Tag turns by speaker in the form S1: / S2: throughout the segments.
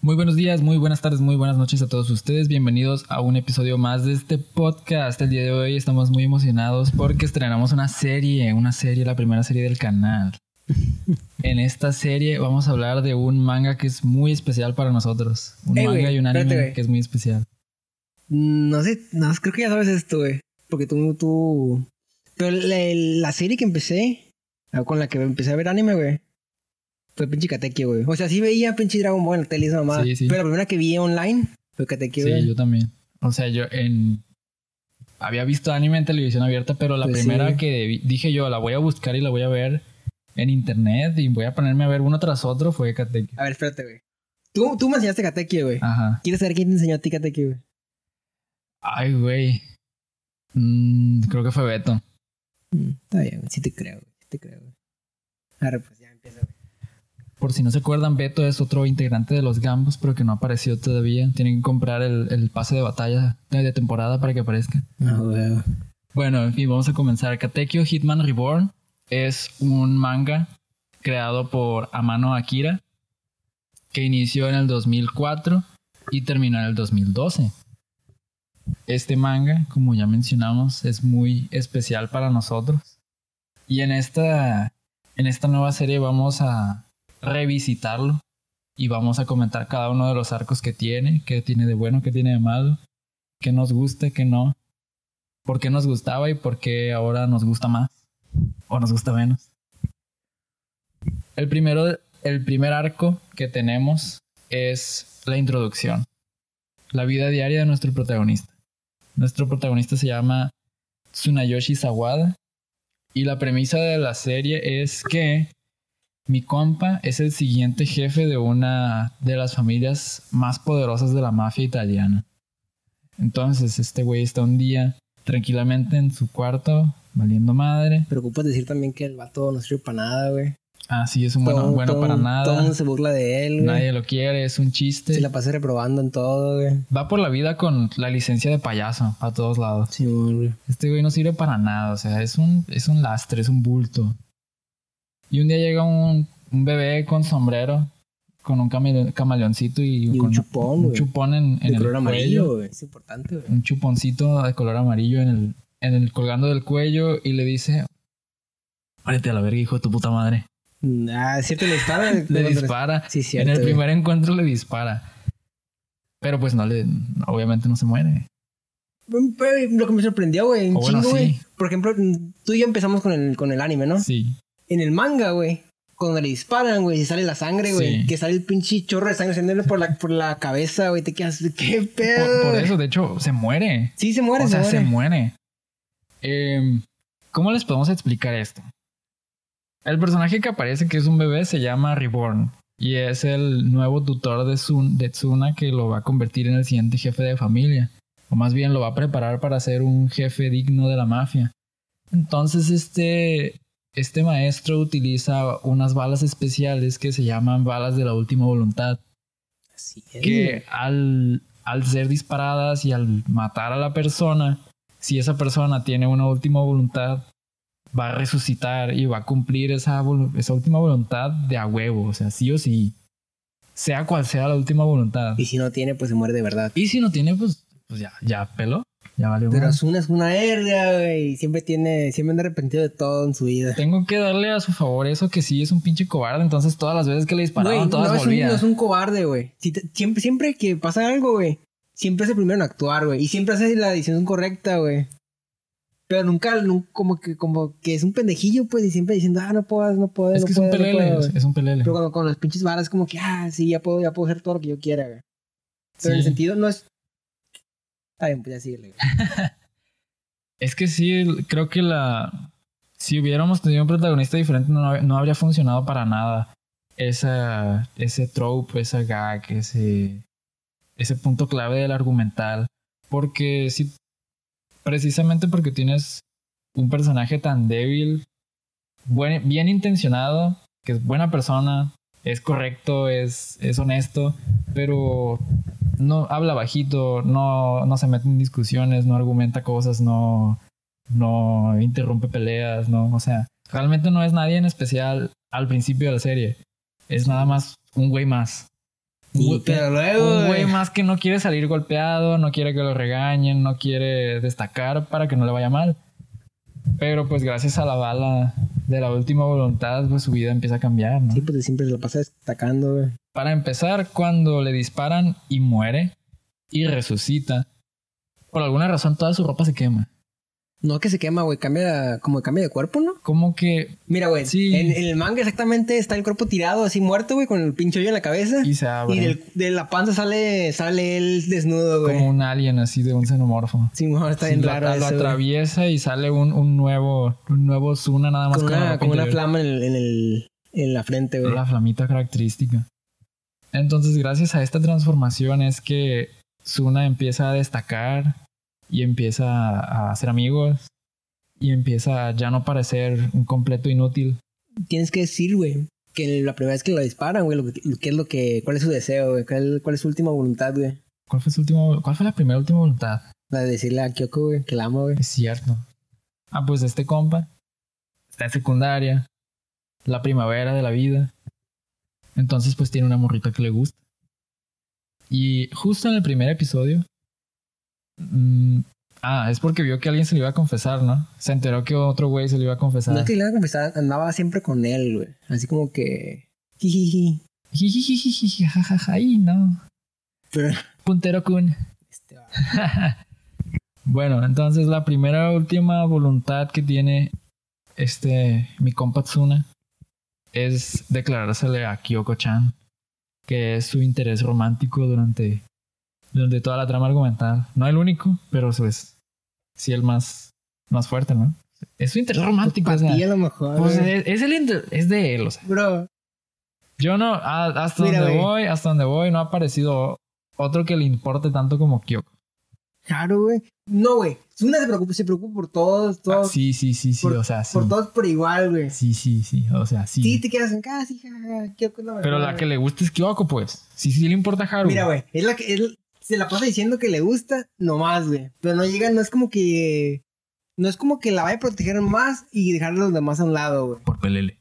S1: Muy buenos días, muy buenas tardes, muy buenas noches a todos ustedes. Bienvenidos a un episodio más de este podcast. El día de hoy estamos muy emocionados porque estrenamos una serie, una serie, la primera serie del canal. en esta serie vamos a hablar de un manga que es muy especial para nosotros. Un
S2: Ey,
S1: manga
S2: Eh, güey,
S1: y un anime
S2: espérate, güey.
S1: que es muy especial.
S2: No sé, no, creo que ya sabes esto, güey. Porque tú, tú... Pero la, la serie que empecé, ah, con la que empecé a ver anime, güey, fue pinche Katekyo, güey. O sea, sí veía pinche Dragon Ball en la tele, y esa mamada.
S1: Sí, sí.
S2: Pero la primera que vi online fue Katekyo,
S1: sí,
S2: güey.
S1: yo también. O sea, yo en... Había visto anime en televisión abierta, pero la
S2: Pues sí,
S1: primera
S2: güey.
S1: que vi- dije yo, la voy a buscar y la voy a ver en internet y voy a ponerme a ver uno tras otro fue Katekyo.
S2: A ver, espérate, güey. Tú, tú me enseñaste Katekyo, güey.
S1: Ajá.
S2: ¿Quieres saber quién te enseñó a ti Katekyo, güey?
S1: Ay, güey. Mm, creo que fue Beto.
S2: Mm, Está bien, güey. Sí te creo, güey. Sí te creo, güey. Ahora, pues ya empieza, güey.
S1: Por si no se acuerdan, Beto es otro integrante de los Gambos, pero que no apareció todavía. Tienen que comprar el, el pase de batalla de de temporada para que aparezca.
S2: Ah, güey.
S1: Bueno, en fin, vamos a comenzar. Katekyo Hitman Reborn es un manga creado por Amano Akira que inició en el 2004 y terminó en el 2012. Este manga, como ya mencionamos, es muy especial para nosotros. Y en esta, en esta nueva serie vamos a revisitarlo y vamos a comentar cada uno de los arcos que tiene, qué tiene de bueno, qué tiene de malo, qué nos gusta, qué no por qué nos gustaba y por qué ahora nos gusta más o nos gusta menos. El primero, el primer arco que tenemos es la introducción, la vida diaria de nuestro protagonista. Nuestro protagonista se llama Tsunayoshi Sawada y la premisa de la serie es que mi compa es el siguiente jefe de una de las familias más poderosas de la mafia italiana. Entonces, este güey está un día tranquilamente en su cuarto, valiendo madre.
S2: Preocupas decir también que el vato no sirve para nada, güey.
S1: Así Ah, es un bueno,
S2: Todo-
S1: bueno
S2: todo-
S1: para
S2: Todo el
S1: nada.
S2: mundo se burla de él, güey.
S1: Nadie lo quiere, es un chiste.
S2: Se la pasé reprobando en todo, güey.
S1: Va por la vida con la licencia de payaso a todos lados.
S2: Simón, güey.
S1: Este güey no sirve para nada, o sea, es un, es un lastre, es un bulto. Y un día llega un, un bebé con sombrero, con un camale- camaleoncito y,
S2: un
S1: con
S2: chupón,
S1: un
S2: güey.
S1: chupón en, en
S2: De
S1: el
S2: color
S1: cuello.
S2: amarillo, güey. Es importante, güey.
S1: un chuponcito de color amarillo en el, en el colgando del cuello y le dice, párate a la verga, hijo de tu puta madre.
S2: Mm, Ah, es cierto, le dispara.
S1: Le
S2: Pero-
S1: dispara.
S2: Sí,
S1: en
S2: cierto.
S1: el
S2: güey.
S1: primer encuentro le dispara. Pero pues no le, obviamente no se muere.
S2: Mm, pero Lo que me sorprendió, güey. Un
S1: O bueno,
S2: chingo, güey.
S1: sí.
S2: Por ejemplo, mm, tú y yo empezamos con el, con el anime, ¿no?
S1: Sí.
S2: En el manga, güey. Cuando le disparan, güey, y sale la sangre, güey.
S1: Sí.
S2: Que sale el pinche chorro de sangre saliéndole por la, por la cabeza, güey. Te quedas, ¿qué
S1: Por,
S2: pedo?
S1: por
S2: güey?
S1: eso, de hecho, se muere.
S2: Sí, se muere,
S1: o sea,
S2: se
S1: se
S2: muere.
S1: muere. Em, ¿Cómo les podemos explicar esto? El personaje que aparece, que es un bebé, se llama Reborn. Y es el nuevo tutor de, Tsun- de Tsuna que lo va a convertir en el siguiente jefe de familia. O más bien lo va a preparar para ser un jefe digno de la mafia. Entonces este, este maestro utiliza unas balas especiales que se llaman balas de la última voluntad
S2: Así es, güey.
S1: que al, al ser disparadas y al matar a la persona, si esa persona tiene una última voluntad, va a resucitar y va a cumplir esa, volu- esa última voluntad de a huevo, o sea, sí o sí, sea cual sea la última voluntad.
S2: Y si no tiene, pues se muere de verdad.
S1: Y si no tiene, pues, pues ya, ya peló, ya valió.
S2: Pero
S1: madre.
S2: Asuna es una verga, güey. y Siempre tiene, siempre anda arrepentido de todo en su vida.
S1: Tengo que darle a su favor eso que sí es un pinche cobarde, entonces todas las veces que le dispararon,
S2: Güey,
S1: todas
S2: no, es un,
S1: volvía.
S2: no es un cobarde, güey. Si te- siempre, siempre que pasa algo, güey, siempre es el primero en actuar, güey. Y siempre hace la decisión correcta, güey. Pero nunca, nun- como que, como que es un pendejillo, pues, y siempre diciendo, ah, no puedo, no puedo,
S1: Es
S2: no
S1: que es
S2: puedo,
S1: un
S2: no
S1: pelele,
S2: puedo,
S1: o sea,
S2: güey.
S1: es un pelele.
S2: Pero cuando con las pinches varas, como que, ah, sí, ya puedo, ya puedo hacer todo lo que yo quiera, güey. Pero en el
S1: Sí.
S2: sentido no es. Está bien, pues ya síguele, güey.
S1: Es que sí, el- creo que la. Si hubiéramos tenido un protagonista diferente, no, hab- no habría funcionado para nada. Esa, ese trope, esa gag, ese, ese punto clave del argumental. Porque si. Precisamente porque tienes un personaje tan débil, buen- bien intencionado, que es buena persona, es correcto, es, es honesto, pero no habla bajito, no, no se mete en discusiones, no argumenta cosas, no, no interrumpe peleas, no, o sea, realmente no es nadie en especial al principio de la serie. Es nada más un güey más.
S2: Y-
S1: Un güey-
S2: pero luego,
S1: Un güey
S2: güey.
S1: más que no quiere salir golpeado, no quiere que lo regañen, no quiere destacar para que no le vaya mal. Pero pues gracias a la bala de la última voluntad, pues su vida empieza a cambiar, ¿no?
S2: Sí, pues siempre lo pasa destacando, güey.
S1: Para empezar, cuando le disparan y muere y resucita, por alguna razón toda su ropa se quema.
S2: No que se quema, güey. Cambia, como que cambia de cuerpo, ¿no?
S1: Como que
S2: Mira, güey.
S1: Sí.
S2: En, en el manga exactamente está el cuerpo tirado, así muerto, güey, con el pincho hoyo en la cabeza.
S1: y se abre
S2: Y del- de la panza sale, sale él desnudo, güey.
S1: como un alien así de un xenomorfo.
S2: Sí, mejor está bien
S1: Sí, lo-
S2: raro
S1: lo,
S2: eso, güey.
S1: atraviesa y sale un, un nuevo un nuevo Zuna nada más
S2: Con
S1: con la
S2: una,
S1: ropa
S2: con una
S1: interior.
S2: flama en, el- en el- en la frente, güey.
S1: la flamita característica. Entonces, gracias a esta transformación es que Zuna empieza a destacar y empieza a hacer amigos y empieza a ya no parecer un completo inútil.
S2: Tienes que decir, güey, que la primera vez que lo disparan, güey, lo que- lo- qué es lo que, cuál es su deseo, güey, cuál, cuál es su última voluntad, güey.
S1: ¿Cuál fue su último cuál fue la primera última voluntad?
S2: La de decirle a Kyoko, güey, que la amo, güey.
S1: Es cierto. Ah, pues este compa está en secundaria, la primavera de la vida. Entonces, pues tiene una morrita que le gusta. Y justo en el primer episodio. mm, ah, es porque vio que alguien se le iba a confesar, ¿no? Se enteró que otro güey se le iba a confesar.
S2: No es que le haga confesar, andaba siempre con él, güey. Así como que. Jijiji.
S1: Jijijijiji, jajaja, ay, no.
S2: Pero.
S1: Puntero Kun.
S2: Este, va.
S1: Bueno, entonces la primera última voluntad que tiene este mi compa Tsuna es declarársele a Kyoko-chan, que es su interés romántico durante, durante toda la trama argumental. No el único, pero eso es sí el más, más fuerte, ¿no? Es su interés romántico,
S2: Pa'
S1: o sea,
S2: ti a lo mejor.
S1: pues
S2: güey.
S1: es, es el inter- es de él, o sea.
S2: Bro,
S1: Yo no, a- hasta
S2: Mira,
S1: donde
S2: güey.
S1: voy, hasta donde voy, no ha aparecido otro que le importe tanto como Kyoko.
S2: claro, güey. No, güey. Zuna se preocupa, se preocupa por todos,
S1: Ah,
S2: todos.
S1: sí, sí, sí, sí, o sea, sí.
S2: Por todos por igual, güey.
S1: Sí, sí, sí. O sea, sí.
S2: Sí, te quedas en casa, hija. jaja, Kyoko es la mejor,
S1: pero la
S2: güey.
S1: que le gusta es Kyoko, pues. Sí, sí le importa a Haru.
S2: Mira, güey, es la que él se la pasa diciendo que le gusta nomás, güey. Pero no llega, no es como que. No es como que la vaya a proteger más y dejar a los demás a un lado, güey.
S1: Por pelele.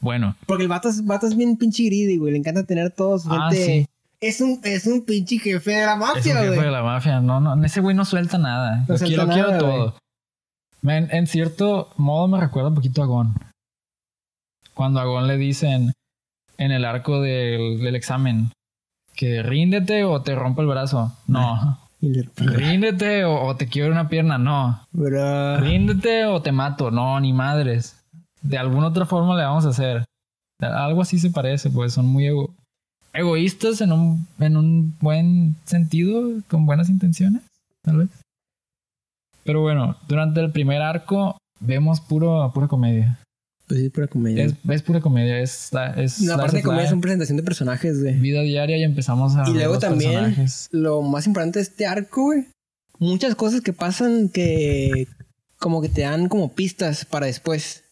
S1: Bueno.
S2: Porque el vato es, vato es bien pinche greedy, güey. Le encanta tener todo su
S1: Ah,
S2: gente.
S1: sí.
S2: es, un, es un pinche jefe de
S1: Es
S2: la
S1: un
S2: mafia,
S1: jefe de
S2: güey.
S1: la mafia. No, no. Ese güey no suelta nada.
S2: No
S1: lo
S2: suelta
S1: quiero,
S2: nada,
S1: quiero
S2: güey.
S1: todo. Men, en cierto modo me recuerda un poquito a Gon. Cuando a Gon le dicen en el arco del, del examen que ríndete o te rompo el brazo. No.
S2: Y le-
S1: ríndete o, o te quiebro una pierna. No.
S2: Bro.
S1: Ríndete o te mato. No, ni madres. De alguna otra forma le vamos a hacer. Algo así se parece, pues son muy ego- egoístas en un, en un buen sentido, con buenas intenciones, tal vez. Pero bueno, durante el primer arco vemos puro, pura comedia.
S2: Pues sí, pura comedia.
S1: Es, es pura comedia, es... La, es
S2: No, aparte
S1: slice
S2: de
S1: of
S2: comedia
S1: life,
S2: son presentación de personajes, güey.
S1: vida diaria y empezamos a...
S2: Y
S1: ver
S2: luego
S1: los
S2: también-
S1: personajes.
S2: Lo más importante de este arco, güey. Muchas cosas que pasan que como que te dan como pistas para después.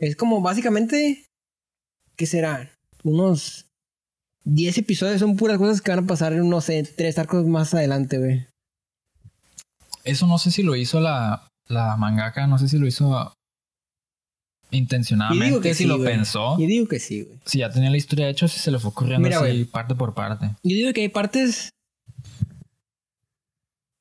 S2: Es como básicamente, ¿qué será? Unos 10 episodios son puras cosas que van a pasar, no sé, tres arcos más adelante, güey.
S1: Eso no sé si lo hizo la, la mangaka, no sé si lo hizo intencionadamente,
S2: Y digo que
S1: si
S2: sí,
S1: lo
S2: güey.
S1: pensó,
S2: Yo digo que sí, güey.
S1: si ya tenía la historia hecha, si se le fue ocurriendo
S2: Mira,
S1: así
S2: güey. Mm.
S1: parte por parte.
S2: Yo digo que hay partes...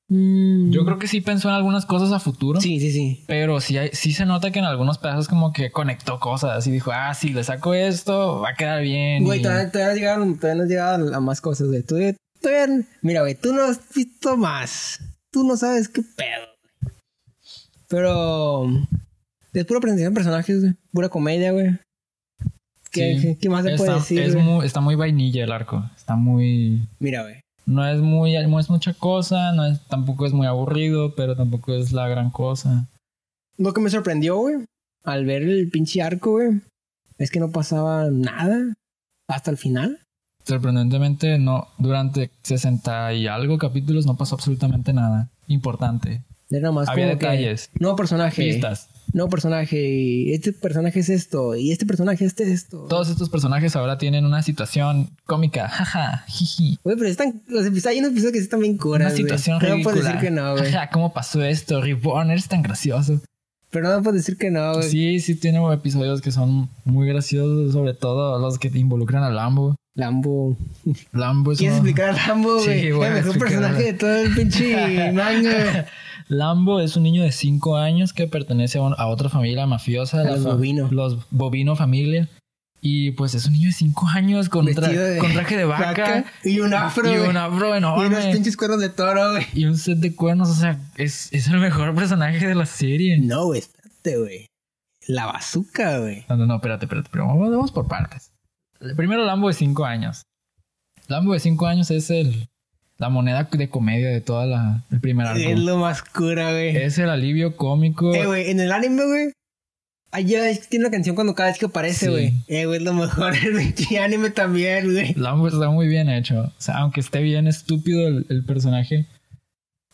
S1: Yo creo que sí pensó en algunas cosas a futuro,
S2: Sí, sí, sí.
S1: pero sí, hay- sí se nota que en algunos pedazos como que conectó cosas y dijo, ah, si le saco esto, va a quedar bien.
S2: Güey,
S1: y-
S2: todavía, todavía no llegaron- todavía no has llegado a más cosas, güey. Todavía- todavía- mira, güey, tú no has visto más. Tú no sabes qué pedo. güey. Pero... Es pura presentación de personajes, güey. Pura comedia, güey. ¿Qué,
S1: Sí.
S2: qué- qué más se puede
S1: está,
S2: decir,
S1: es
S2: güey?
S1: muy- está muy vainilla el arco, está muy...
S2: Mira, güey.
S1: No es muy, no es mucha cosa, no es, tampoco es muy aburrido, pero tampoco es la gran cosa.
S2: Lo que me sorprendió, güey, al ver el pinche arco, güey, es que no pasaba nada hasta el final.
S1: Sorprendentemente, no, durante 60 y algo capítulos no pasó absolutamente nada importante.
S2: Era nomás
S1: Había
S2: como que,
S1: detalles,
S2: Nuevo personaje.
S1: pistas.
S2: Nuevo personaje. y Este personaje es esto. Y este personaje es esto.
S1: Todos estos personajes ahora tienen una situación cómica, jaja, jiji.
S2: Güey, pero están. Los episodios, hay unos episodios que sí están bien
S1: Una
S2: curas. güey.
S1: situación
S2: Pero
S1: ridícula.
S2: No puedes decir que no, güey.
S1: Jaja, ¿cómo pasó esto? Reborn, eres tan gracioso.
S2: Pero no puedes decir que no, güey.
S1: Sí, sí tiene episodios que son muy graciosos, sobre todo los que involucran a Lambo.
S2: Lambo.
S1: Lambo es
S2: ¿Quieres
S1: uno-
S2: explicar a Lambo,
S1: Pues Sí,
S2: güey?
S1: voy a
S2: el mejor
S1: explicar
S2: personaje
S1: a-
S2: de todo el pinche manga.
S1: Lambo es un niño de 5 años que pertenece a, un- a otra familia mafiosa.
S2: A
S1: la
S2: los
S1: fa-
S2: Bovino.
S1: Los Bovino familia. Y pues es un niño de 5 años con, tra-
S2: Vestido de-
S1: con traje de vaca,
S2: Y un afro,
S1: y
S2: güey.
S1: un afro
S2: Y unos
S1: enorme.
S2: pinches cuernos de toro, güey.
S1: Y un set de cuernos, o sea, es, es el mejor personaje de la serie.
S2: No, güey, espérate, güey. La bazooka, güey.
S1: No, no, no, espérate, espérate, pero vamos, vamos por partes. Primero Lambo de 5 años. Lambo de 5 años es el la moneda de comedia de toda la el primer arco.
S2: Es lo más cura, güey.
S1: Es el alivio cómico.
S2: Eh, güey, en el anime, güey. Ay, ya, es que tiene una canción cuando cada vez que aparece,
S1: Sí.
S2: güey. Eh, güey, es lo mejor. El pinche anime también, güey.
S1: Lambo está muy bien hecho. O sea, aunque esté bien estúpido el, el personaje,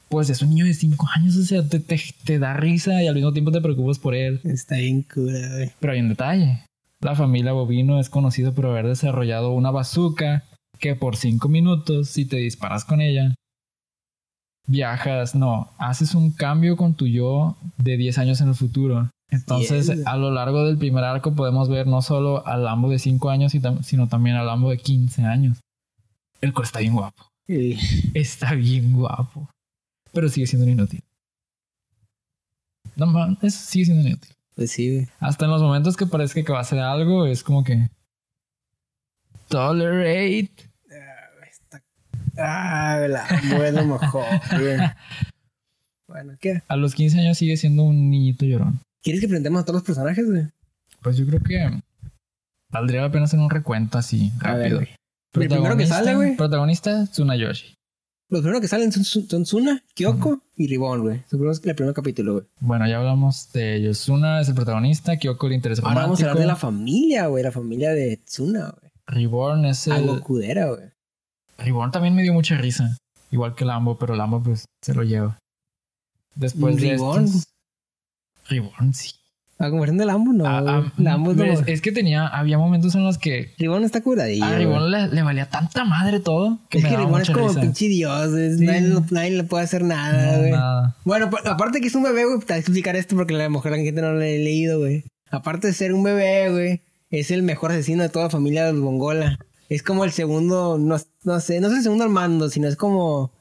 S1: pues es un niño de 5 años, o sea, te, te- te da risa y al mismo tiempo te preocupas por él.
S2: Está bien cura, güey.
S1: Pero hay un detalle. La familia Bovino es conocida por haber desarrollado una bazooka que por 5 minutos, si te disparas con ella, viajas, no, haces un cambio con tu yo de 10 años en el futuro. Entonces,
S2: Mierda.
S1: a lo largo del primer arco podemos ver no solo al Lambo de 5 años, y tam- sino también al Lambo de 15 años. El cual está bien guapo.
S2: Sí.
S1: Está bien guapo. Pero sigue siendo un inútil. No, man, es- sigue siendo un inútil.
S2: Pues sí, güey.
S1: Hasta en los momentos que parece que va a hacer algo, es como que. Tolerate.
S2: Ah, güey, está... ah güey, la amo, es lo mejor, güey. Bueno, ¿qué?
S1: A los 15 años sigue siendo un niñito llorón.
S2: ¿Quieres que presentemos a todos los personajes, güey?
S1: Pues yo creo que. Valdría la pena hacer un recuento así,
S2: A ver,
S1: rápido.
S2: güey. El primero que sale, güey.
S1: Protagonista, Tsunayoshi.
S2: Los primeros que salen son, son Suna, Kyoko y Ribón, güey. Supongo que es el primer capítulo, güey.
S1: Bueno, ya hablamos de Yosuna, es el protagonista. Kyoko, el interés
S2: Ahora vamos a
S1: romántico.
S2: hablar de la familia, güey. La familia de Tsuna, güey.
S1: Reborn es
S2: A
S1: el.
S2: Gokudera, güey.
S1: Reborn también me dio mucha risa. Igual que Lambo, pero Lambo, pues, se lo lleva. Después de.
S2: Reborn.
S1: estos- Reborn, sí.
S2: A conversión de Lambo, no,
S1: Ah, ah,
S2: güey. Lambo es lo
S1: ves,
S2: mejor.
S1: es que tenía, había momentos en los que
S2: Ribón está curadillo.
S1: a
S2: güey.
S1: Ribón le, le valía tanta madre todo que
S2: Es
S1: me
S2: que
S1: daba
S2: Ribón es
S1: mucha
S2: como
S1: risa.
S2: pinche dios, güey. Nadie, lo- nadie le puede hacer nada,
S1: No,
S2: güey.
S1: nada.
S2: Bueno, pa- aparte que es un bebé, güey, te voy a explicar esto porque a lo mejor la gente no lo ha leído, güey. Aparte de ser un bebé, güey, es el mejor asesino de toda la familia de los Bongola. Es como el segundo, no, no sé, no es el segundo al mando, sino es como...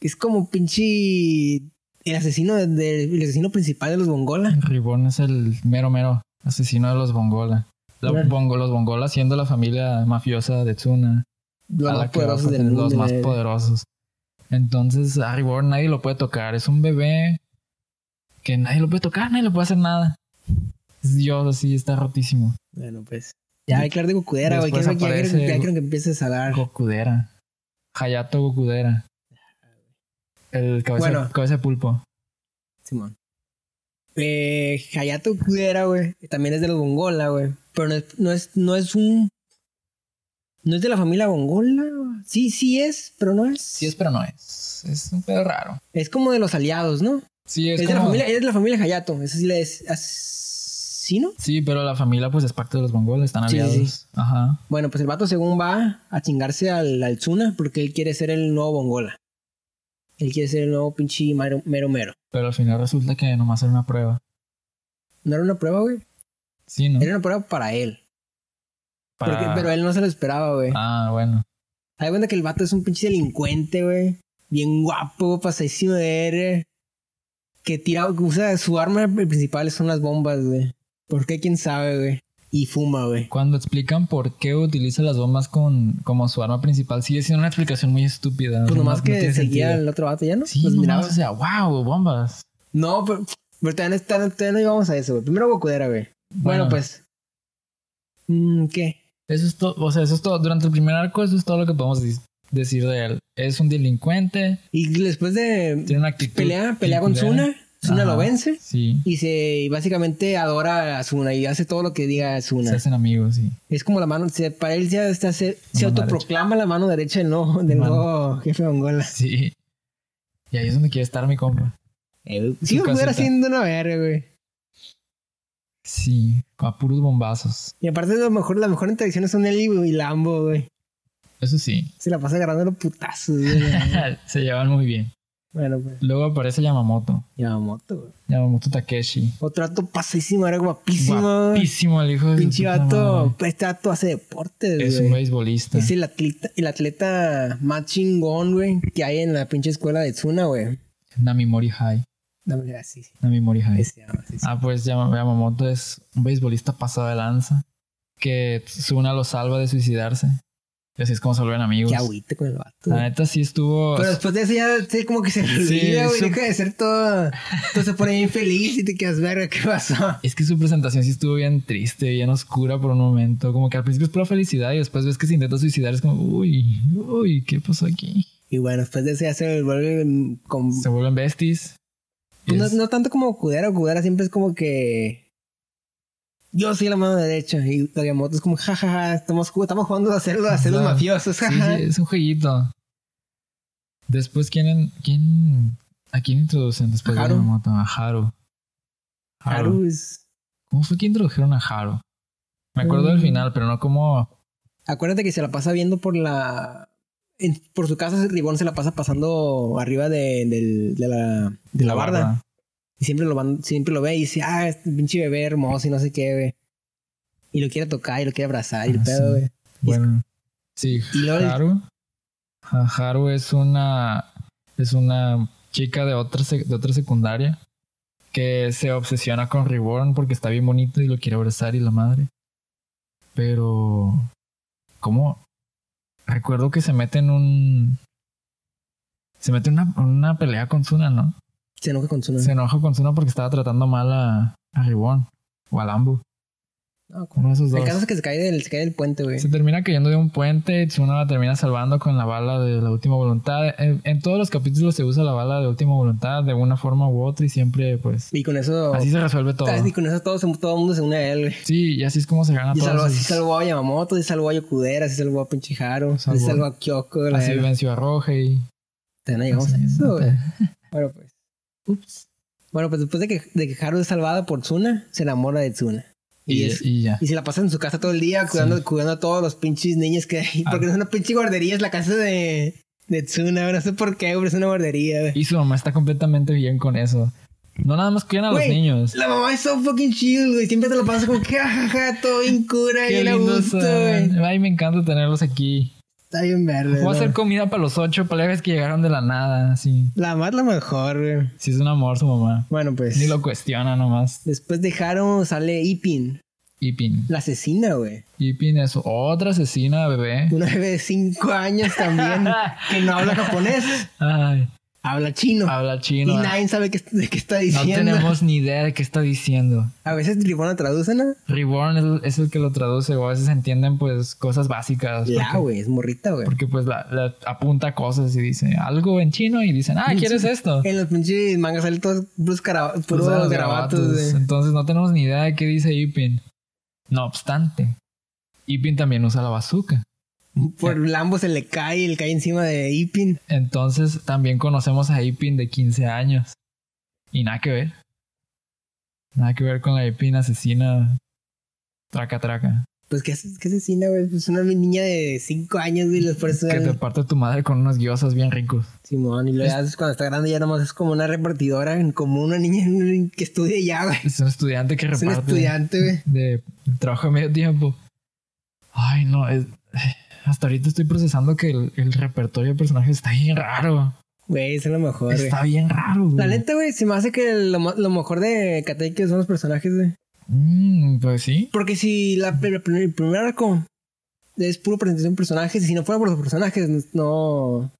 S2: Es como pinche... El asesino, de- de- el asesino principal de los Bongola.
S1: Ribón es el mero mero asesino de los Bongola. La-
S2: Bueno.
S1: Bongo- los Bongola siendo la familia mafiosa de Tsuna,
S2: Los
S1: a la
S2: más
S1: que vas a
S2: poderosos del
S1: tener
S2: mundo.
S1: los más
S2: güey.
S1: poderosos. Entonces a Ribón nadie lo puede tocar, es un bebé que nadie lo puede tocar, nadie le puede hacer nada. Es Dios así, está rotísimo.
S2: Bueno, pues... Ya, hay claro de Gokudera, güey. que
S1: Después
S2: ya quiero- ya quiero-
S1: aparece-
S2: ya quiero que empieces a dar...
S1: Gokudera. Hayato Gokudera. El cabeza,
S2: Bueno.
S1: cabeza de pulpo.
S2: Simón. Eh, Hayato Kudera, güey. También es de los Bongola, güey. Pero no es, no es, no es un. No es de la familia Bongola. güey. Sí, sí es, pero no es.
S1: Sí es, pero no es. Es un pedo raro.
S2: Es como de los aliados, ¿no?
S1: Sí,
S2: Es,
S1: es,
S2: de la
S1: como-
S2: familia, es de la familia Hayato. Esa sí la es. ¿Asesino?
S1: Sí, pero la familia pues es parte de los mongoles, están
S2: Sí, sí,
S1: aliados. Ajá.
S2: Bueno, pues el vato según va a chingarse al, al Tsuna porque él quiere ser el nuevo Bongola. Él quiere ser el nuevo pinche mero mero. mero.
S1: Pero al final resulta que nomás era una prueba.
S2: No era una prueba, güey.
S1: Sí, ¿no?
S2: Era una prueba para él.
S1: Para-
S2: Porque- pero él no se lo esperaba, güey.
S1: Ah, bueno.
S2: Hay cuenta que el vato es un pinche delincuente, güey. Bien guapo, pasadísimo de R. Que tira, que usa su arma principal son las bombas, güey. ¿Por qué? ¿Quién sabe, güey? Y fuma, güey.
S1: Cuando explican por qué utiliza las bombas con, como su arma principal, sigue siendo una explicación muy estúpida.
S2: Pues
S1: No-
S2: nomás
S1: no
S2: que
S1: tiene
S2: seguía
S1: sentido.
S2: al otro vato, ¿ya no?
S1: Sí,
S2: Los
S1: nomás,
S2: miraba.
S1: o sea, wow, bombas.
S2: No, pero, pero todavía, no, todavía no- todavía no íbamos a eso, güey. Primero Gokudera, güey.
S1: Ah.
S2: Bueno, pues. Mm, ¿Qué?
S1: Eso es todo, o sea, eso es todo. Durante el primer arco, eso es todo lo que podemos dis- decir de él. Es un delincuente,
S2: Y después de
S1: tiene una actitud.
S2: pelea, pelea con
S1: peculiar.
S2: Zuna. Zuna
S1: Ajá.
S2: lo vence.
S1: Sí,
S2: Y se y básicamente adora a Zuna y hace todo lo que diga Zuna.
S1: se hacen amigos, sí.
S2: Es como la mano, se, para él ya está, se, se
S1: Mano
S2: autoproclama la mano derecha del nuevo, del
S1: Mano.
S2: nuevo jefe de Angola.
S1: Sí. Y ahí es donde quiere estar mi compa.
S2: Si yo
S1: Eh, casita.
S2: fuera haciendo una verga, güey.
S1: Sí, con a puros bombazos.
S2: Y aparte, lo mejor, las mejores interacciones son él y, y Lambo, güey.
S1: Eso sí,
S2: Se la pasa agarrando los putazos, güey.
S1: se llevan muy bien.
S2: Bueno, pues.
S1: Luego aparece Yamamoto.
S2: Yamamoto, güey.
S1: Yamamoto Takeshi.
S2: Otro dato pasadísimo, era guapísimo. güey.
S1: Guapísimo el hijo de su
S2: Pinche
S1: puta
S2: vato.
S1: madre.
S2: pues, Este vato hace deportes,
S1: Es
S2: güey.
S1: un beisbolista.
S2: Es el atleta, el atleta más chingón, güey, que hay en la pinche escuela de Tsuna, güey.
S1: Namimori High.
S2: No, mira, sí, sí.
S1: Namimori High.
S2: Ahí se llama, sí, sí.
S1: Ah, pues Yama- Yamamoto es un beisbolista pasado de lanza. Que Tsuna lo salva de suicidarse. Y así es como se vuelven amigos.
S2: Qué agüite con el vato.
S1: La
S2: güey.
S1: neta sí estuvo.
S2: Pero después de eso ya sí, como que se me
S1: Pues, Sí,
S2: olvida, güey.
S1: su-
S2: Deja de ser todo. Todo se pone bien feliz y te quedas verga, ¿qué pasó?
S1: Es que su presentación sí estuvo bien triste, bien oscura por un momento. Como que al principio es pura felicidad y después ves que se intenta suicidar. Es como, uy, uy, ¿qué pasó aquí?
S2: Y bueno, después de eso ya se vuelve mm, con.
S1: Se vuelven besties.
S2: Pues no,
S1: Es-
S2: no tanto como Kudera, Kudera siempre es como que. Yo soy la mano derecha. Y Yamamoto es como, jajaja, estamos, jug- estamos jugando a ser, a ser los
S1: Ajá.
S2: mafiosos,
S1: Sí,
S2: jajaja.
S1: sí, es un jueguito. Después, ¿quién, en- quién, ¿a quién introducen después
S2: Haru.
S1: de Yamamoto? A Haru. Haru.
S2: Haru es-
S1: ¿Cómo fue que introdujeron a Haru? Me acuerdo del
S2: Mm.
S1: final, pero no como...
S2: Acuérdate que se la pasa viendo por la. en- por su casa, Ribón se la pasa pasando arriba de, del- de la, de la barda. Y siempre lo, van, siempre lo ve y dice, ah, este pinche bebé hermoso y no sé qué, güey. Y lo quiere tocar y lo quiere abrazar y el
S1: Ah,
S2: pedo,
S1: sí.
S2: güey.
S1: Bueno, sí,
S2: Y luego el-
S1: Haru. Ja- Haru es una es una chica de otra sec- de otra secundaria que se obsesiona con Reborn porque está bien bonito y lo quiere abrazar y la madre. Pero ¿cómo? Recuerdo que se mete en un se mete en una, una pelea con Suna, ¿no?
S2: Se enoja con su
S1: Se enoja con Suna porque estaba tratando mal a, a Reborn o a Lambu.
S2: No, con-
S1: Uno de esos Ah, dos.
S2: el caso es que se cae del, se cae del puente, güey.
S1: Se termina cayendo de un puente, y Tsuna la termina salvando con la bala de la última voluntad. En, en todos los capítulos se usa la bala de última voluntad de una forma u otra y siempre pues
S2: Y con eso.
S1: así se resuelve todo.
S2: Y con eso todo, se- todo el mundo se une a él, güey.
S1: Sí, y así es como se gana
S2: Y
S1: todo.
S2: salvó, así salvó a Yamamoto, y salvó a Yokudera, así salvó a pinche Haru, así
S1: Salvó-
S2: salvó a Kyoko. La
S1: Así
S2: verga.
S1: venció a Rohei.
S2: Todavía no llegamos a
S1: Así-
S2: eso, güey. Bueno, pues. Ups. Bueno, pues después de que, de que Haru es salvada por Tsuna, se enamora de Tsuna. Y,
S1: Y,
S2: es-
S1: y ya.
S2: y se la pasa en su casa todo el día cuidando, cuidando a todos los pinches niños que hay.
S1: Ah.
S2: Porque es una pinche guardería, es la casa de, de Tsuna. güey, No sé por qué, pero es una guardería, güey.
S1: Y su mamá está completamente bien con eso. No nada más cuidan a los
S2: Güey,
S1: niños.
S2: La mamá es so fucking chill, güey. Siempre te lo pasa con que, jajaja, todo bien cura,
S1: Qué
S2: bien a
S1: lindos
S2: gusto, güey.
S1: son. Ay, me encanta tenerlos aquí.
S2: Está bien verde,
S1: Voy a hacer comida para los ocho palegas que llegaron de la nada. Sí,
S2: La más la mejor, güey.
S1: sí es un amor su mamá.
S2: Bueno, pues.
S1: Ni lo cuestiona nomás.
S2: Después de Haru sale Ipin,
S1: Y pin.
S2: la asesina, güey.
S1: Ipin es otra asesina, bebé.
S2: Una bebé de 5 años también que no habla japonés,
S1: Ay,
S2: habla chino.
S1: habla
S2: y
S1: Ah, chino.
S2: nadie sabe qué, de qué está
S1: No
S2: diciendo.
S1: tenemos ni idea de qué está diciendo.
S2: A veces Tribuna traducen a...
S1: Reborn es, el- es el que lo traduce o a veces entienden pues cosas básicas.
S2: La,
S1: porque,
S2: güey, es morrita, güey.
S1: porque, pues la, la apunta cosas y dice algo en chino y dicen, ah, ¿quieres esto?
S2: En los pinches mangas salen todos puros, cara- puros
S1: Pues, ah, los
S2: garabatos,
S1: garabatos.
S2: güey.
S1: Entonces no tenemos ni idea de qué dice Ipin. No obstante, Ipin también usa la bazooka.
S2: Por Lambo se le cae y le cae encima de Ipin.
S1: Entonces también conocemos a Ipin de 15 años. Y nada que ver. Nada que ver con la Ipin asesina. Traca, traca.
S2: Pues, ¿qué, haces? qué asesina, güey? Pues una niña de 5 años, güey. Los por eso...
S1: Que te parte tu madre con unos guiosas bien ricos.
S2: Simón, y luego ya cuando está grande ya nomás es como una repartidora, como una niña que estudia ya, güey.
S1: Es un estudiante que
S2: Es un
S1: reparte.
S2: estudiante, güey.
S1: De trabajo a medio tiempo. Ay, no. es- hasta ahorita estoy procesando que el, el repertorio de personajes está bien raro.
S2: Güey, eso es lo mejor, güey.
S1: Está bien raro.
S2: La
S1: güey.
S2: neta, güey, se me hace que lo, mo- lo mejor de Katekyo son los personajes, güey.
S1: Mm, pues sí.
S2: Porque si la, pri- pri- el primer arco es puro presentación de personajes, y si no fuera por los personajes, no.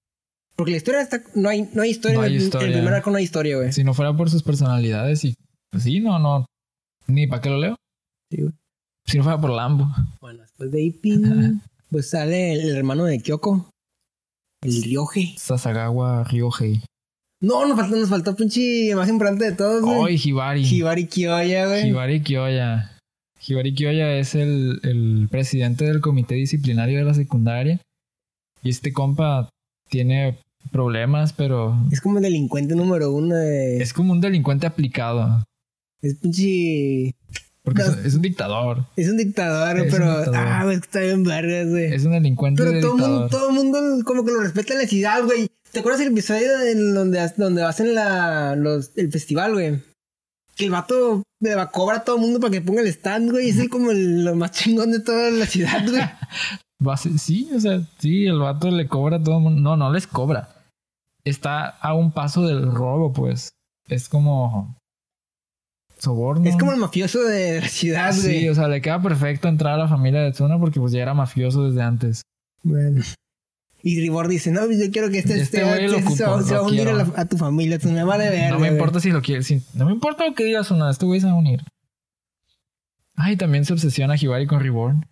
S2: Porque la historia está. No hay, no hay historia.
S1: No hay
S2: en el-
S1: historia.
S2: En el primer arco no hay historia, güey.
S1: Si no fuera por sus personalidades y... Pues sí, no, no. Ni para qué lo leo.
S2: Sí, güey.
S1: Si no fuera por Lambo.
S2: Bueno, después de Ipin, pues sale el, el hermano de Kyoko. El Ryoje.
S1: Sasagawa Ryohei.
S2: No, nos faltó, nos faltó pinche el más importante de todos, güey.
S1: Hoy Hibari.
S2: Pues Hibari Kyoya, güey.
S1: Hibari Kyoya. Hibari Kyoya es el, el presidente del comité disciplinario de la secundaria. Y este compa tiene problemas, pero
S2: Es como el delincuente número uno de. Es,
S1: es como un delincuente aplicado.
S2: pinche.
S1: Porque es-
S2: No.
S1: es, un dictador.
S2: Es un dictador,
S1: Es un
S2: pero.
S1: dictador.
S2: Ah, güey, está bien vergas, güey.
S1: Es un delincuente
S2: Pero
S1: de
S2: todo el mundo,
S1: dictador.
S2: todo mundo como que lo respeta en la ciudad, güey. ¿Te acuerdas el episodio en donde, ha- donde hacen la, los, el festival, güey? Que el vato le va a cobrar a todo el mundo para que ponga el stand, güey. y Es el como el, lo más chingón de toda la ciudad, güey.
S1: Va a ser- Sí, o sea, sí, el vato le cobra a todo el mundo. No, no les cobra. Está a un paso del robo, pues. Es como. Soborno.
S2: Es como el mafioso de la ciudad, güey.
S1: Sí, o sea, le queda perfecto entrar a la familia de Tsuna porque pues ya era mafioso desde antes.
S2: Bueno. Y Ribor dice, no, yo quiero que este,
S1: Este
S2: este,
S1: güey lo
S2: este se, va,
S1: ocupó,
S2: se va a
S1: lo
S2: hundir a,
S1: quiero.
S2: la- a tu familia, tú me vale verga,
S1: no me
S2: Eh, güey.
S1: importa si lo quiere. si- no me importa lo que diga Tsuna, este güey se va a unir. Ay, también se obsesiona Hibari con Reborn.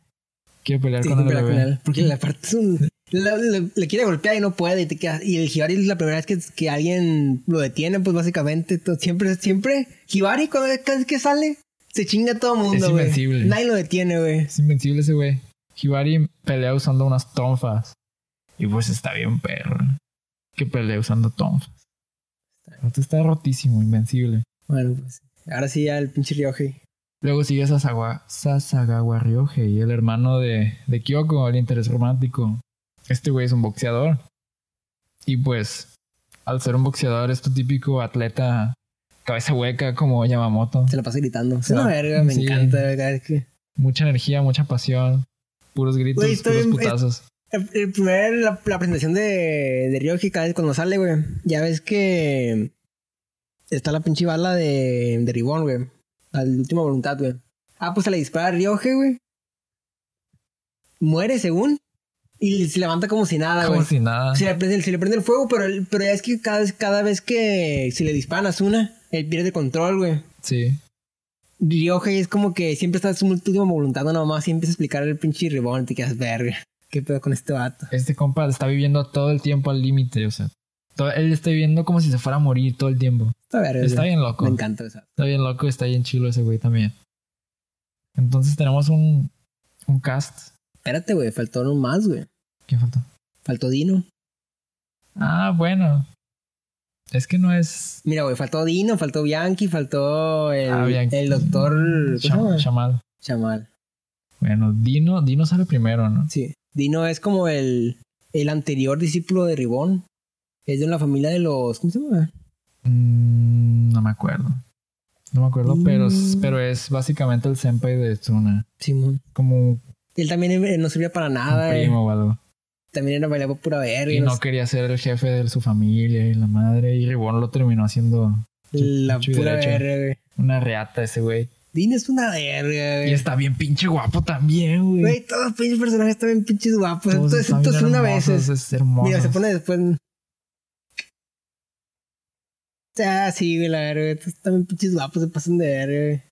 S1: Quiere pelear
S2: Sí,
S1: con el
S2: pero con
S1: bebé.
S2: él, Porque la parte es un- la- la- le quiere golpear y no puede. Y, te quedas- y el Hibari es la primera vez que, que alguien lo detiene, pues básicamente. to- siempre, siempre. Hibari, cada vez que sale, se chinga a todo mundo, güey.
S1: invencible.
S2: Nadie lo detiene, güey.
S1: Es invencible ese güey. Hibari pelea usando unas tonfas. Y pues está bien perro. Que pelea usando tonfas. Esto está rotísimo, invencible.
S2: Bueno, pues. Ahora sí, ya el pinche Ryohei.
S1: Luego sigue Sasawa, Sasagawa Ryohei, el hermano de, de Kyoko, el interés romántico. Este güey es un boxeador. Y pues, al ser un boxeador, es tu típico atleta cabeza hueca como Yamamoto.
S2: Se la pasa gritando. Es
S1: Se
S2: una
S1: la-
S2: verga, me
S1: sí.
S2: encanta. verga, es que-
S1: Mucha energía, mucha pasión, puros gritos,
S2: Güey, está
S1: puros
S2: bien-
S1: putazos.
S2: El, el primer, la, la presentación de, de Ryoji cada vez cuando sale, güey. Ya ves que está la pinche bala de, de Ribón, güey. Al última voluntad, güey. Ah, pues se le dispara a Ryoji, güey. Muere, según. Y se levanta como si nada,
S1: Como
S2: güey.
S1: si nada.
S2: Se, le prende, se le prende el fuego, pero, el- pero ya es que cada vez, cada vez que se le disparan a Suna, él pierde control, güey.
S1: sí.
S2: Ryoji es como que siempre está en su última voluntad, nomás. Siempre empieza a explicar el pinche Ribón. Te quedas verga. ¿Qué pedo con este vato?
S1: este compa está viviendo todo el tiempo al límite, o sea, todo- él está viviendo como si se fuera a morir todo el tiempo.
S2: Está verga.
S1: Está
S2: güey.
S1: bien loco,
S2: Me encanta esa.
S1: está bien loco, está bien chilo ese güey también. Entonces tenemos un, un cast.
S2: Espérate, güey. Faltó uno más, güey.
S1: ¿Quién faltó?
S2: Faltó Dino.
S1: Ah, bueno. Es que no es
S2: Mira, güey. Faltó Dino, faltó Bianchi, faltó el,
S1: Ah, Bianchi.
S2: el doctor. ¿cómo se llama?
S1: Cham- Chamal.
S2: Chamal.
S1: Bueno, Dino, Dino sale primero, ¿no?
S2: Sí. Dino es como el, el anterior discípulo de Ribón. Es de la familia de los. ¿Cómo se llama?
S1: Mm, no me acuerdo. No me acuerdo, pero,
S2: Mm.
S1: pero es básicamente el senpai de Tsuna.
S2: Simón.
S1: Como un
S2: Él también eh, no servía para nada. eh.
S1: primo o algo.
S2: También era bailaba pura verga.
S1: Y
S2: no
S1: no quería ser el jefe de su familia y la madre. Y Ribón lo terminó haciendo
S2: sé, la
S1: Chuy
S2: pura
S1: derecho.
S2: verga, güey.
S1: una reata ese güey.
S2: Dino es una verga,
S1: Y
S2: güey.
S1: está bien pinche guapo también, güey.
S2: Güey, todos los pinches personajes están bien pinches
S1: Todos
S2: guapos. Entonces,
S1: están
S2: esto es
S1: bien
S2: una vez.
S1: hermosos, Es hermoso.
S2: Mira, se pone después. Ah, sí, güey, la verga. Estos también pinches guapos se pasan de verga. güey.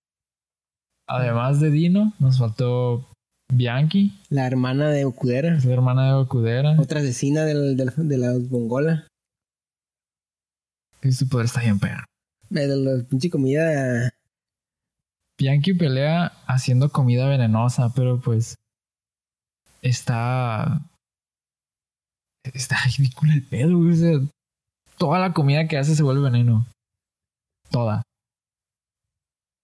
S1: Además de Dino, nos faltó Bianchi,
S2: La hermana de
S1: que
S2: Okudera.
S1: es la hermana de Okudera.
S2: Otra asesina del, del- de la bongola.
S1: Y su poder está bien perro.
S2: De la pinche comida.
S1: Bianchi pelea haciendo comida venenosa, pero pues está está ridículo el pedo, güey. O sea, toda la comida que hace se vuelve veneno. Toda.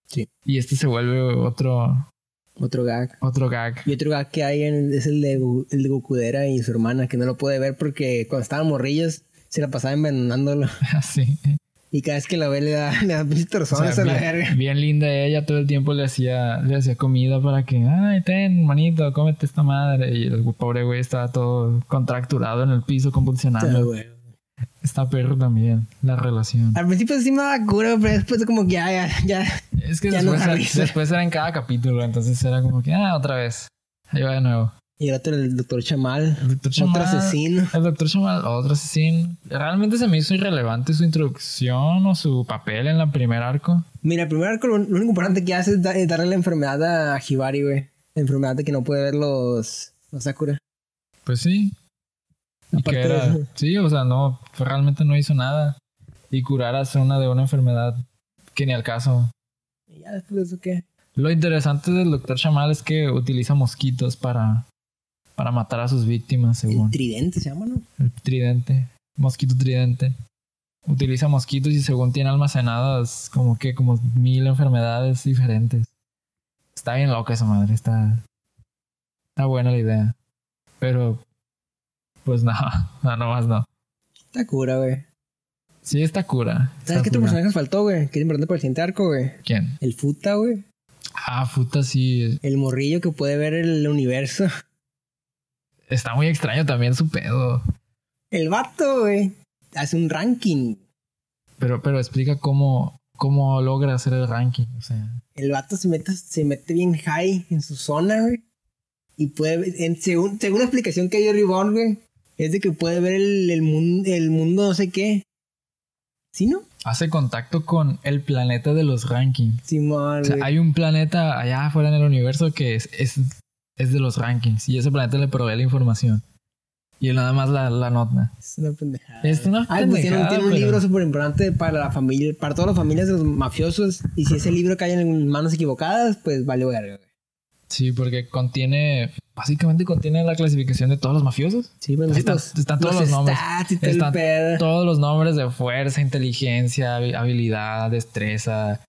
S2: Sí.
S1: Y este se vuelve otro
S2: Otro gag.
S1: otro gag.
S2: Y otro gag que hay en- es el de, Gu- el de Gokudera y su hermana, que no lo puede ver porque cuando estaban morrillos se la pasaba envenenándolo.
S1: Así.
S2: Y cada vez que la ve le da, le da pinches
S1: O sea,
S2: torzones a la verga.
S1: bien, bien linda ella, todo el tiempo le hacía le hacía comida para que, ay, ten, manito, cómete esta madre. Y el pobre güey estaba todo contracturado en el piso,
S2: Ah,
S1: convulsionando.
S2: güey.
S1: Está perro también la relación.
S2: Al principio sí me daba cura, pero después como que ya, ya, ya.
S1: Es que
S2: Ya no
S1: después,
S2: da
S1: era,
S2: risa.
S1: después era en cada capítulo, entonces era como que, ah, otra vez. Ahí va de nuevo.
S2: Y el otro, el doctor Chamal.
S1: El doctor Chamal.
S2: Otro asesino.
S1: El doctor Chamal, otro asesino. Realmente se me hizo irrelevante su introducción o su papel en la primer arco.
S2: Mira, primero lo único importante que hace es, da- es darle la enfermedad a Hibari, güey. La enfermedad de que no puede ver los, los Sakura.
S1: Pues sí. Y
S2: Aparte
S1: que
S2: de
S1: era.
S2: eso.
S1: Sí, o sea, no, realmente no hizo nada. Y curar a Suna de una enfermedad que ni al caso.
S2: Y ya después de eso, ¿qué?
S1: Lo interesante del doctor Chamal es que utiliza mosquitos para, para matar a sus víctimas, según.
S2: El tridente se llama, ¿no?
S1: El tridente. Mosquito tridente. Utiliza mosquitos y según tiene almacenadas como que como mil enfermedades diferentes. Está bien loca esa madre, está. Está buena la idea. Pero. Pues no, no, nomás no.
S2: Está cura, güey.
S1: Sí, está cura.
S2: ¿Sabes
S1: está
S2: qué tu
S1: cura.
S2: personaje nos faltó, güey? Que es importante para el siguiente arco, güey.
S1: ¿Quién?
S2: El futa, güey.
S1: Ah, puta, sí.
S2: El morrillo que puede ver el universo.
S1: Está muy extraño también su pedo.
S2: El vato, güey. Hace un ranking.
S1: Pero, pero explica cómo, cómo logra hacer el ranking. O sea,
S2: El vato se mete, se mete bien high en su zona, güey. Y puede ver, en- según, según la explicación que dio Reborn, güey, es de que puede ver el, el, mun- el mundo no sé qué. ¿Sí, no?
S1: hace contacto con el planeta de los rankings.
S2: Simón,
S1: O sea,
S2: güey.
S1: hay un planeta allá afuera en el universo que es, es, es de los rankings. Y ese planeta le provee la información. Y él nada más la, la nota.
S2: Es una pendejada.
S1: Es una
S2: Ay, pues tiene, un-
S1: pendejada,
S2: tiene un
S1: pero-
S2: libro súper importante para la familia, para todas las familias de los mafiosos. Y si ese libro cae en manos equivocadas, pues vale verga, güey.
S1: Sí, porque contiene. Básicamente contiene la clasificación de todos los mafiosos.
S2: Sí, pero
S1: Ahí están-
S2: los-
S1: están todos los nombres.
S2: stats y todo
S1: Están
S2: el pedo.
S1: Todos los nombres de fuerza, inteligencia, habi- habilidad, destreza,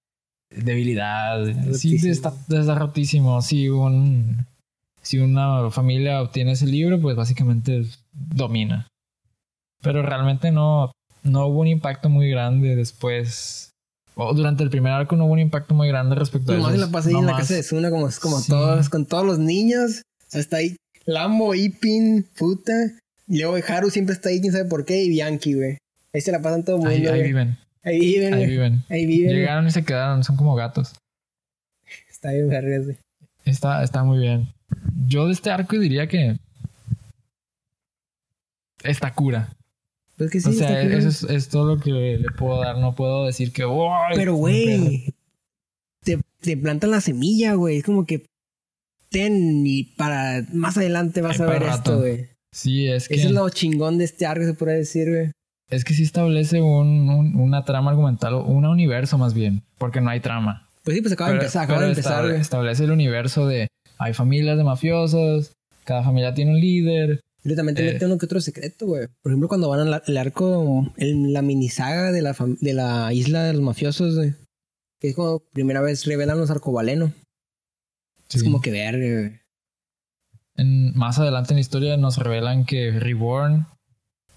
S1: debilidad. Sí,
S2: Rotísimo.
S1: está, está rotísimo. Si, un, si una familia obtiene ese libro, pues básicamente domina. Pero realmente no, no hubo un impacto muy grande después. O durante el primer arco no hubo un impacto muy grande respecto a
S2: Pues Nomás
S1: eso.
S2: se la pasé ahí en la casa de Zuna, como, como
S1: Sí.
S2: todos, con todos los niños. O sea, está ahí Lambo, Ipin, puta. Y luego Haru siempre está ahí, quién sabe por qué, y Bianchi, güey. Ahí se la pasan todo el mundo.
S1: Ahí, ahí
S2: güey.
S1: viven,
S2: Ahí viven,
S1: ahí
S2: güey.
S1: viven.
S2: Ahí viven. güey.
S1: Llegaron y se quedaron, son como gatos.
S2: Está bien, vergas, güey.
S1: Está, está muy bien. Yo de este arco diría que está cura.
S2: Pues que sí,
S1: o sea,
S2: está bien.
S1: eso es, es todo lo que le, le puedo dar. No puedo decir que. "Uy,
S2: Pero,
S1: pero-".
S2: güey, te, te plantan la semilla, güey. Es como que ten y para más adelante vas
S1: Ahí
S2: a
S1: para
S2: ver
S1: rato.
S2: esto, güey.
S1: Sí, es que.
S2: Eso
S1: Es,
S2: es lo chingón de este arco, se puede decir, güey.
S1: que sí establece un- un- una trama argumental, o un universo más bien, porque no hay trama.
S2: Pues sí, pues acaba de
S1: Pero-
S2: empezar, acaba
S1: pero
S2: de empezar,
S1: estable-
S2: güey.
S1: Establece el universo de. Hay familias de mafiosos, cada familia tiene un líder.
S2: Pero también te
S1: Eh.
S2: mete uno que otro secreto, güey. Por ejemplo, cuando van al al arco, en la minisaga de la, fam- de la isla de los mafiosos, güey. Que es como primera vez revelan los arcobalenos. Es
S1: Sí.
S2: como que verga, güey.
S1: En- más adelante en la historia nos revelan que Reborn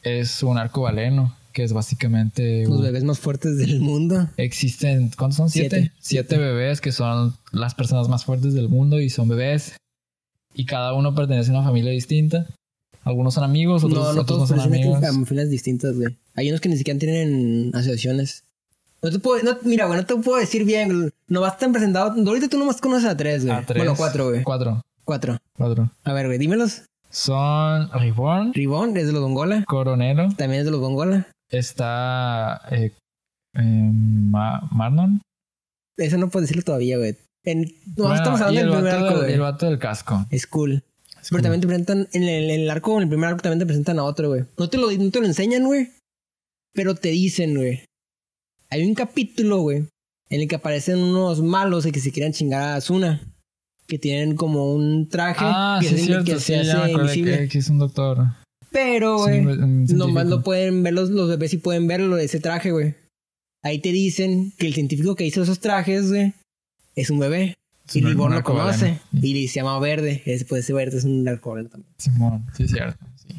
S1: es un arco baleno, que es básicamente...
S2: Los
S1: un-
S2: bebés más fuertes del mundo.
S1: Existen, ¿cuántos son? ¿Siete?
S2: Siete.
S1: Siete. bebés que son las personas más fuertes del mundo y son bebés. Y cada uno pertenece a una familia distinta. Algunos son amigos, otros
S2: no, no
S1: otros no
S2: todos
S1: son
S2: pertenecen
S1: amigos.
S2: a familias distintas, güey. Hay unos que ni siquiera tienen asociaciones. No te puedo, no, mira, güey, no te puedo decir bien. No vas tan presentado. Ahorita tú nomás conoces a tres, güey.
S1: A tres.
S2: Bueno, cuatro, güey.
S1: Cuatro,
S2: Cuatro.
S1: cuatro.
S2: A ver, güey, dímelos.
S1: Son Reborn,
S2: Ribón es de los Gongola.
S1: Coronelo,
S2: También es de los Gongola.
S1: está eh, eh, Ma- Marnon.
S2: Eso no puedo decirlo todavía, güey. En, no,
S1: Bueno,
S2: estamos hablando
S1: y el
S2: del primer
S1: vato
S2: arco,
S1: del-
S2: güey.
S1: el vato del casco.
S2: Es cool.
S1: Es
S2: Pero
S1: como-
S2: también te presentan, en el, en el arco, en el primer arco también te presentan a otro, güey. No te lo, no te lo enseñan, güey. Pero te dicen, güey. Hay un capítulo, güey, en el que aparecen unos malos que se quieren chingar a Asuna. Que tienen como un traje
S1: Ah,
S2: que,
S1: sí,
S2: se-
S1: es cierto,
S2: que
S1: sí,
S2: se
S1: ya me
S2: hace
S1: acordé
S2: invisible.
S1: que, que es un doctor.
S2: Pero,
S1: es un
S2: güey,
S1: inve- un
S2: nomás
S1: científico.
S2: lo pueden ver, los, los bebés sí pueden verlo de ese traje, güey. Ahí te dicen que el científico que hizo esos trajes, güey, es un bebé.
S1: Es
S2: Y
S1: un
S2: Libor lo
S1: narcobaleno.
S2: conoce.
S1: Sí,
S2: Y se llama Verde. Ese, pues ese Verde es un narcobaleno también.
S1: Simón, sí, es cierto. sí.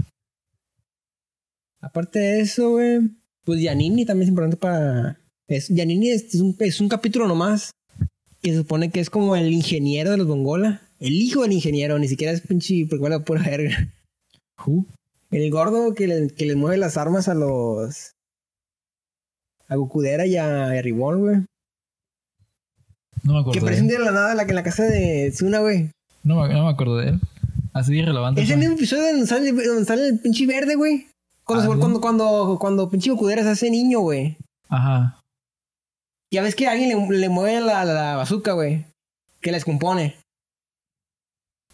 S2: Aparte de eso, güey. Pues Yanini también es importante para. Es, Yanini es, es un, es un capítulo nomás. Que se supone que es como el ingeniero de los Bongola. El hijo del ingeniero, ni siquiera es pinche. Porque vale pura verga.
S1: Who?
S2: El gordo que le, que le mueve las armas a los. A Gokudera y a, a Ribón, güey.
S1: No me
S2: Que
S1: acuerdo. de
S2: aparece
S1: él.
S2: un día de la nada la, que en la casa de Tsuna, güey.
S1: No me, no me acuerdo de él. Así de irrelevante.
S2: Es el
S1: fue.
S2: mismo episodio donde sale, donde sale el pinche verde, güey. Cuando, se-
S1: Ah, ¿no?
S2: cuando, cuando, cuando pinche Gokudera se hace niño, güey.
S1: Ajá.
S2: Ya ves que alguien le, le mueve la, la, la bazooka, güey. Que les compone.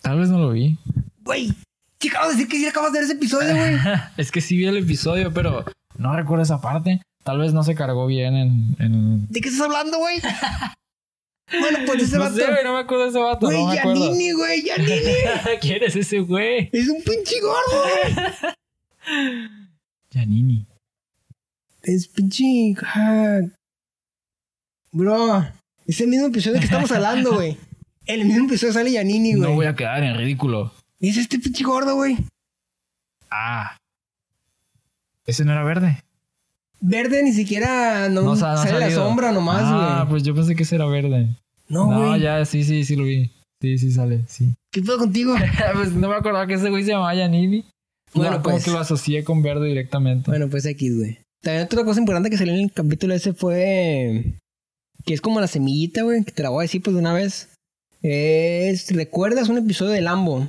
S1: Tal vez no lo vi.
S2: Güey, ¿qué acabas de decir que sí acabas de ver ese episodio, güey?
S1: es que sí vi el episodio, pero no recuerdo esa parte. Tal vez no se cargó bien en. en...
S2: ¿De qué estás hablando, güey? bueno, pues ese
S1: No
S2: vato.
S1: sé, güey, no me acuerdo de ese vato.
S2: Güey,
S1: no me acuerdo.
S2: Yanini, güey, Yanini.
S1: ¿Quién es ese güey?
S2: es un pinche gordo, güey.
S1: Yanini.
S2: Es pinche. ah. Bro, es el mismo episodio que estamos hablando, güey. En el mismo episodio sale Yanini, güey.
S1: No voy a quedar en ridículo.
S2: Es este pinche gordo, güey.
S1: Ah.
S3: Ese no era verde.
S2: Verde ni siquiera no,
S1: No sa- no ha
S2: sale la
S1: salido.
S2: sombra nomás, güey.
S1: Ah, pues yo pensé que ese era verde.
S2: no,
S1: No,
S2: güey.
S1: ya, sí, sí, sí lo vi. Sí, sí sale, sí.
S2: ¿Qué pedo contigo?
S1: pues no me acordaba que ese güey se llamaba Yanini.
S2: Bueno,
S1: no, como
S2: pues.
S1: que lo asocié con verde directamente.
S2: Bueno, pues X, güey. También otra cosa importante que salió en el capítulo ese fue. Que es como la semillita, güey, que te la voy a decir pues de una vez. Es. ¿Recuerdas un episodio de Lambo?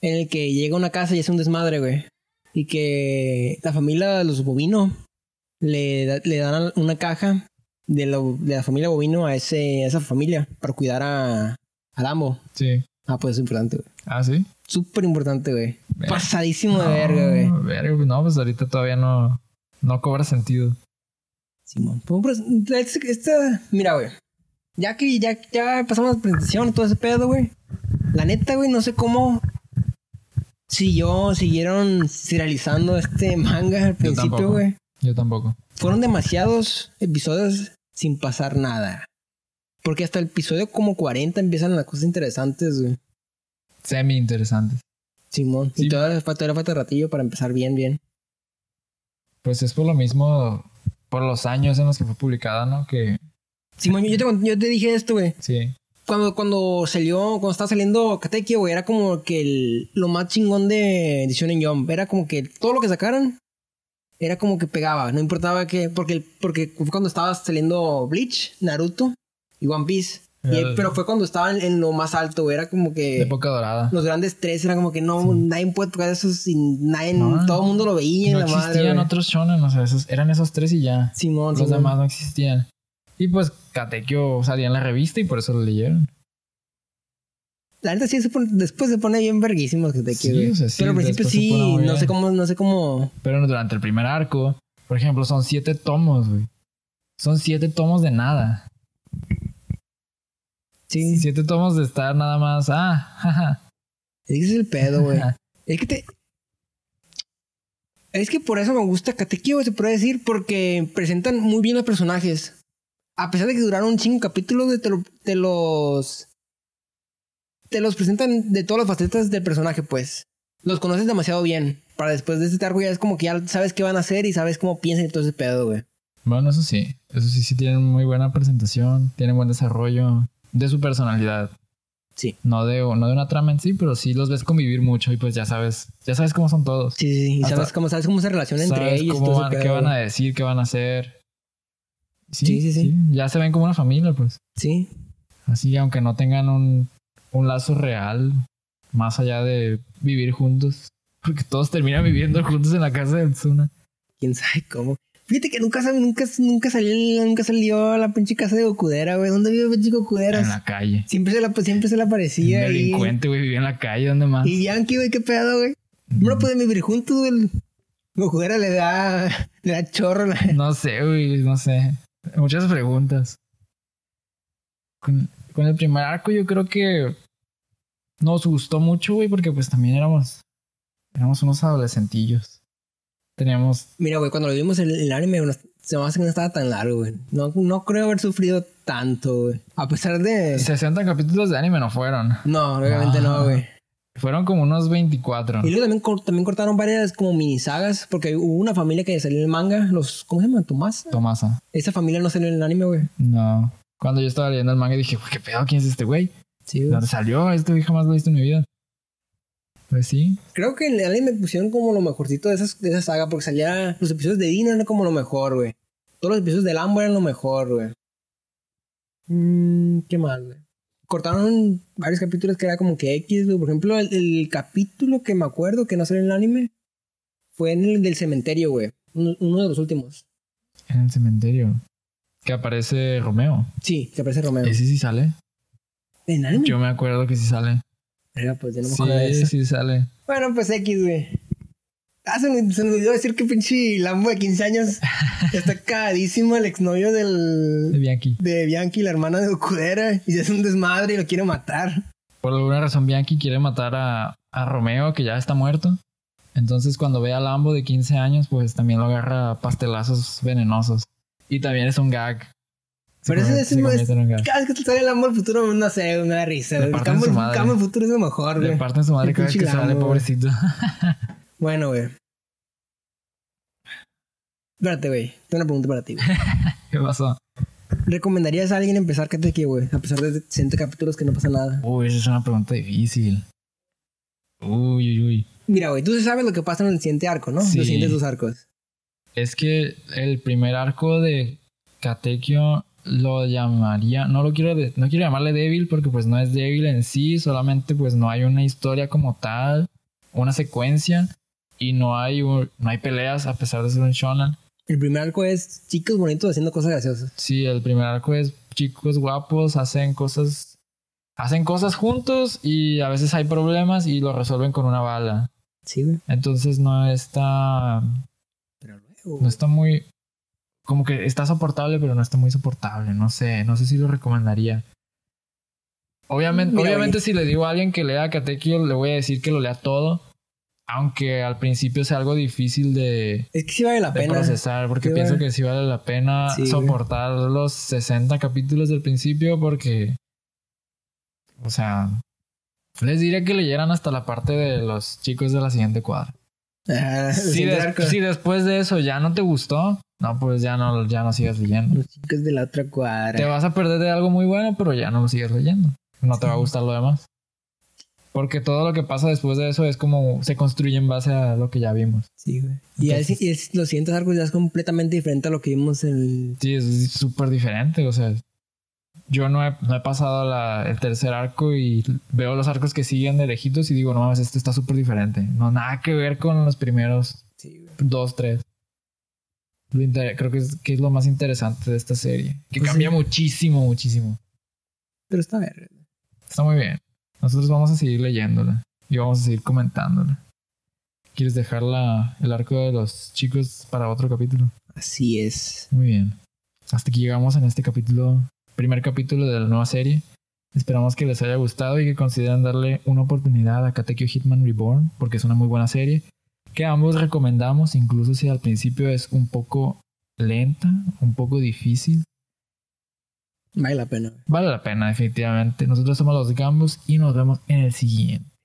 S2: En el que llega a una casa y hace un desmadre, güey. Y que la familia de los bovino le, da- le dan una caja de la, de la familia bovino a, ese, a esa familia para cuidar a, a Lambo.
S1: Sí.
S2: Ah, pues es importante, güey.
S1: Ah, sí.
S2: Súper importante, güey.
S1: Verga.
S2: Pasadísimo de Pues, verga, güey.
S1: No, verga, pues, no, pues ahorita todavía no, no cobra sentido.
S2: Simón. Pues, pues, este- esta- mira, güey. Ya que ya, ya pasamos la presentación y todo ese pedo, güey. La neta, güey, no sé cómo siguió, siguieron realizando este manga al principio,
S1: tampoco.
S2: güey.
S1: Yo tampoco.
S2: Fueron demasiados episodios sin pasar nada. Porque hasta el episodio como 40 empiezan las cosas interesantes, güey.
S1: Semi interesante.
S2: Simón. Y
S1: Sí.
S2: todavía le falta, todavía falta ratillo para empezar bien, bien.
S1: Pues es por lo mismo, por los años en los que fue publicada, ¿no? Que
S2: Simón, yo- yo te, cont- yo te dije esto, güey.
S1: sí.
S2: Cuando, cuando salió, cuando estaba saliendo Katekyo, güey, era como que el- lo más chingón de Edición en Jump. Era como que todo lo que sacaran era como que pegaba. No importaba que. Porque, el- porque fue cuando estaba saliendo Bleach, Naruto y One Piece. Y-
S1: Era-
S2: pero fue cuando estaban en lo más alto, güey. Era como que.
S1: época dorada.
S2: Los grandes tres eran como que no, nadie puede tocar eso sin nadie,
S1: No,
S2: todo el mundo lo veía
S1: No
S2: en la madre.
S1: existían
S2: güey.
S1: otros shonen, o sea, esos, eran esos tres y ya.
S2: Simón,
S1: Los
S2: Simón.
S1: demás no existían. Y pues Katekyo salía en la revista y por eso lo leyeron.
S2: La neta sí se pone- después se pone bien verguísimo que te
S1: Sí,
S2: quiero.
S1: o sea, sí,
S2: Pero al principio
S1: después se
S2: sí,
S1: pone muy
S2: no
S1: bien.
S2: sé cómo, no sé cómo.
S1: Pero durante el primer arco, por ejemplo, son siete tomos, güey. Son siete tomos de nada.
S2: Sí.
S1: Siete tomos de estar nada más. Ah, jaja.
S2: Ese es el pedo, güey. es que te. Es que por eso me gusta Katekyo, se puede decir, porque presentan muy bien los personajes. A pesar de que duraron un chingo capítulos, de te, lo- te los. Te los presentan de todas las facetas del personaje, pues. Los conoces demasiado bien. Para después de este arco ya es como que ya sabes qué van a hacer y sabes cómo piensan y todo ese pedo, güey.
S1: Bueno, eso sí. Eso sí, sí tienen muy buena presentación. Tienen buen desarrollo de su personalidad.
S2: Sí.
S1: No de, no de una trama en sí, pero sí los ves convivir mucho y pues ya sabes. Ya sabes cómo son todos.
S2: Sí, sí, sí. Y
S1: Hasta-
S2: sabes cómo, sabes cómo se relaciona entre
S1: sabes
S2: ellos. y
S1: cómo
S2: todo ese
S1: van-
S2: pedo,
S1: qué van
S2: güey.
S1: a decir, qué van a hacer.
S2: Sí, sí, sí.
S1: Ya se ven como una familia, pues.
S2: Sí,
S1: Así, aunque no tengan un, un lazo real más allá de vivir juntos. Porque todos terminan viviendo juntos en la casa del Tsuna.
S2: quién sabe cómo. Fíjate que nunca, sal- nunca, nunca, salió, nunca salió la pinche casa de Gokudera, güey. ¿Dónde vive pinche
S1: En
S2: Gokudera?
S1: la calle.
S2: Siempre se la, pues, siempre se la
S1: Un
S2: aparecía ahí.
S1: delincuente, güey, vivía en la calle, ¿dónde más?
S2: Y Yankee, güey, qué pedo, güey. No lo pueden vivir juntos, güey. Gokudera le da, le da chorro. la-
S1: No sé, güey, no sé. Muchas preguntas. Con, con el primer arco yo creo que nos gustó mucho, güey, porque pues también éramos, éramos unos adolescentillos. Teníamos,
S2: Mira, güey, cuando lo vimos en el anime, no- se me hace que no estaba tan largo, güey. No, no creo haber sufrido tanto, güey. A pesar de...
S1: 60 capítulos de anime, no fueron.
S2: No, realmente no,
S1: Ah.
S2: güey.
S1: Fueron como unos 24.
S2: Y luego también, cor- también cortaron varias como mini sagas, porque hubo una familia que salió en el manga, los, ¿cómo se llama? Tomás.
S1: Tomasa.
S2: Esa familia no salió en el anime, güey.
S1: No. Cuando yo estaba leyendo el manga dije, güey, ¿qué pedo? ¿Quién es este güey?
S2: Sí,
S1: ¿De
S2: güey.
S1: ¿Dónde salió? Este güey jamás lo he visto en mi vida. Pues sí.
S2: Creo que en el anime pusieron como lo mejorcito de, esas, de esa saga, porque salía los episodios de Dina eran como lo mejor, güey. Todos los episodios de Lambo eran lo mejor, güey. Mmm, qué mal, güey. Cortaron varios capítulos que era como que X, güey. Por ejemplo, el, el capítulo que me acuerdo que no salió en el anime fue en el del cementerio, güey. Uno, uno de los últimos.
S1: En el cementerio. Que aparece Romeo.
S2: Sí, que aparece Romeo.
S1: ¿Ese sí sale?
S2: ¿En anime?
S1: Yo me acuerdo que sí sale.
S2: Verga, pues yo no me acuerdo de
S1: Sí,
S2: eso.
S1: sí sale.
S2: Bueno, pues X, güey. Ah, se me, se me olvidó decir que pinche Lambo de 15 años está cagadísimo el exnovio
S1: De
S2: del,
S1: Bianchi.
S2: de Bianchi, la hermana de Ocudera, y se hace un desmadre y lo quiere matar.
S1: Por alguna razón, Bianchi quiere matar a, a Romeo, que ya está muerto. Entonces, cuando ve a Lambo de 15 años, pues también lo agarra a pastelazos venenosos. Y también es un gag. Se
S2: Pero ese-
S1: convierte-
S2: ese
S1: se
S2: no es-
S1: convierte en un gag.
S2: Cada vez que te sale Lambo del futuro, no sé, me da risa.
S1: Le
S2: güey. El
S1: parten su
S2: Lambo
S1: madre.
S2: del futuro es lo mejor,
S1: Le
S2: güey.
S1: parten su madre
S2: El
S1: cada vez
S2: pinche
S1: que sale,
S2: Lambo, güey.
S1: pobrecito.
S2: Bueno, güey. Espérate, güey. Tengo una pregunta para ti, güey.
S1: ¿Qué pasó?
S2: ¿Recomendarías a alguien empezar Katekyo, güey? A pesar de 60 capítulos que no pasa nada.
S1: Uy, esa es una pregunta difícil. Uy, uy, uy.
S2: Mira, güey, tú sí sabes lo que pasa en el siguiente arco, ¿no?
S1: Sí.
S2: Los siguientes dos arcos.
S1: Es que el primer arco de Katekyo lo llamaría, no lo quiero, de- no quiero llamarle débil porque pues no es débil en sí, solamente pues no hay una historia como tal, una secuencia y no hay un- no hay peleas a pesar de ser un shonen.
S2: El primer arco es chicos bonitos haciendo cosas graciosas.
S1: Sí, el primer arco es chicos guapos hacen cosas hacen cosas juntos y a veces hay problemas y lo resuelven con una bala.
S2: Sí, güey.
S1: Entonces no está
S2: Pero luego.
S1: no está muy como que está soportable pero no está muy soportable no sé no sé si lo recomendaría obviamente
S2: Mira,
S1: obviamente si le digo a alguien que lea Catequio le voy a decir que lo lea todo aunque al principio sea algo difícil de,
S2: Es que sí vale la
S1: de
S2: pena.
S1: procesar porque
S2: Sí,
S1: pienso
S2: güey.
S1: que sí vale la pena
S2: Sí, güey.
S1: soportar los 60 capítulos del principio porque o sea les diría que leyeran hasta la parte de los chicos de la siguiente cuadra
S2: Ah, el
S1: si,
S2: siguiente
S1: des-
S2: arco.
S1: si después de eso ya no te gustó, no, pues ya no, ya no sigas leyendo.
S2: Los chicos de la otra cuadra.
S1: Te vas a perder de algo muy bueno, pero ya no lo sigues leyendo. No te va a
S2: Sí.
S1: gustar lo demás. Porque todo lo que pasa después de eso es como se construye en base a lo que ya vimos.
S2: Sí, güey. Y, al-
S1: Entonces-
S2: y es- los siguientes arcos ya es completamente diferente a lo que vimos en el...
S1: Sí, es súper diferente. O sea, yo no he, no he pasado la- el tercer arco y veo los arcos que siguen de lejitos y digo, no mames, este está súper diferente. No, nada que ver con los primeros
S2: Sí, güey.
S1: dos, tres. Lo inter- creo que es, que es lo más interesante de esta serie. Que
S2: Pues
S1: cambia
S2: sí.
S1: muchísimo, muchísimo.
S2: Pero está ver.
S1: Está muy bien. Nosotros vamos a seguir leyéndola y vamos a seguir comentándola. ¿Quieres dejar la- el arco de los chicos para otro capítulo?
S2: Así es.
S1: Muy bien. Hasta aquí llegamos en este capítulo, primer capítulo de la nueva serie. Esperamos que les haya gustado y que consideren darle una oportunidad a Katekyo Hitman Reborn, porque es una muy buena serie que ambos recomendamos, incluso si al principio es un poco lenta, un poco difícil.
S2: Vale la pena. güey.
S1: Vale la pena, definitivamente. Nosotros somos los Gambos y nos vemos en el siguiente.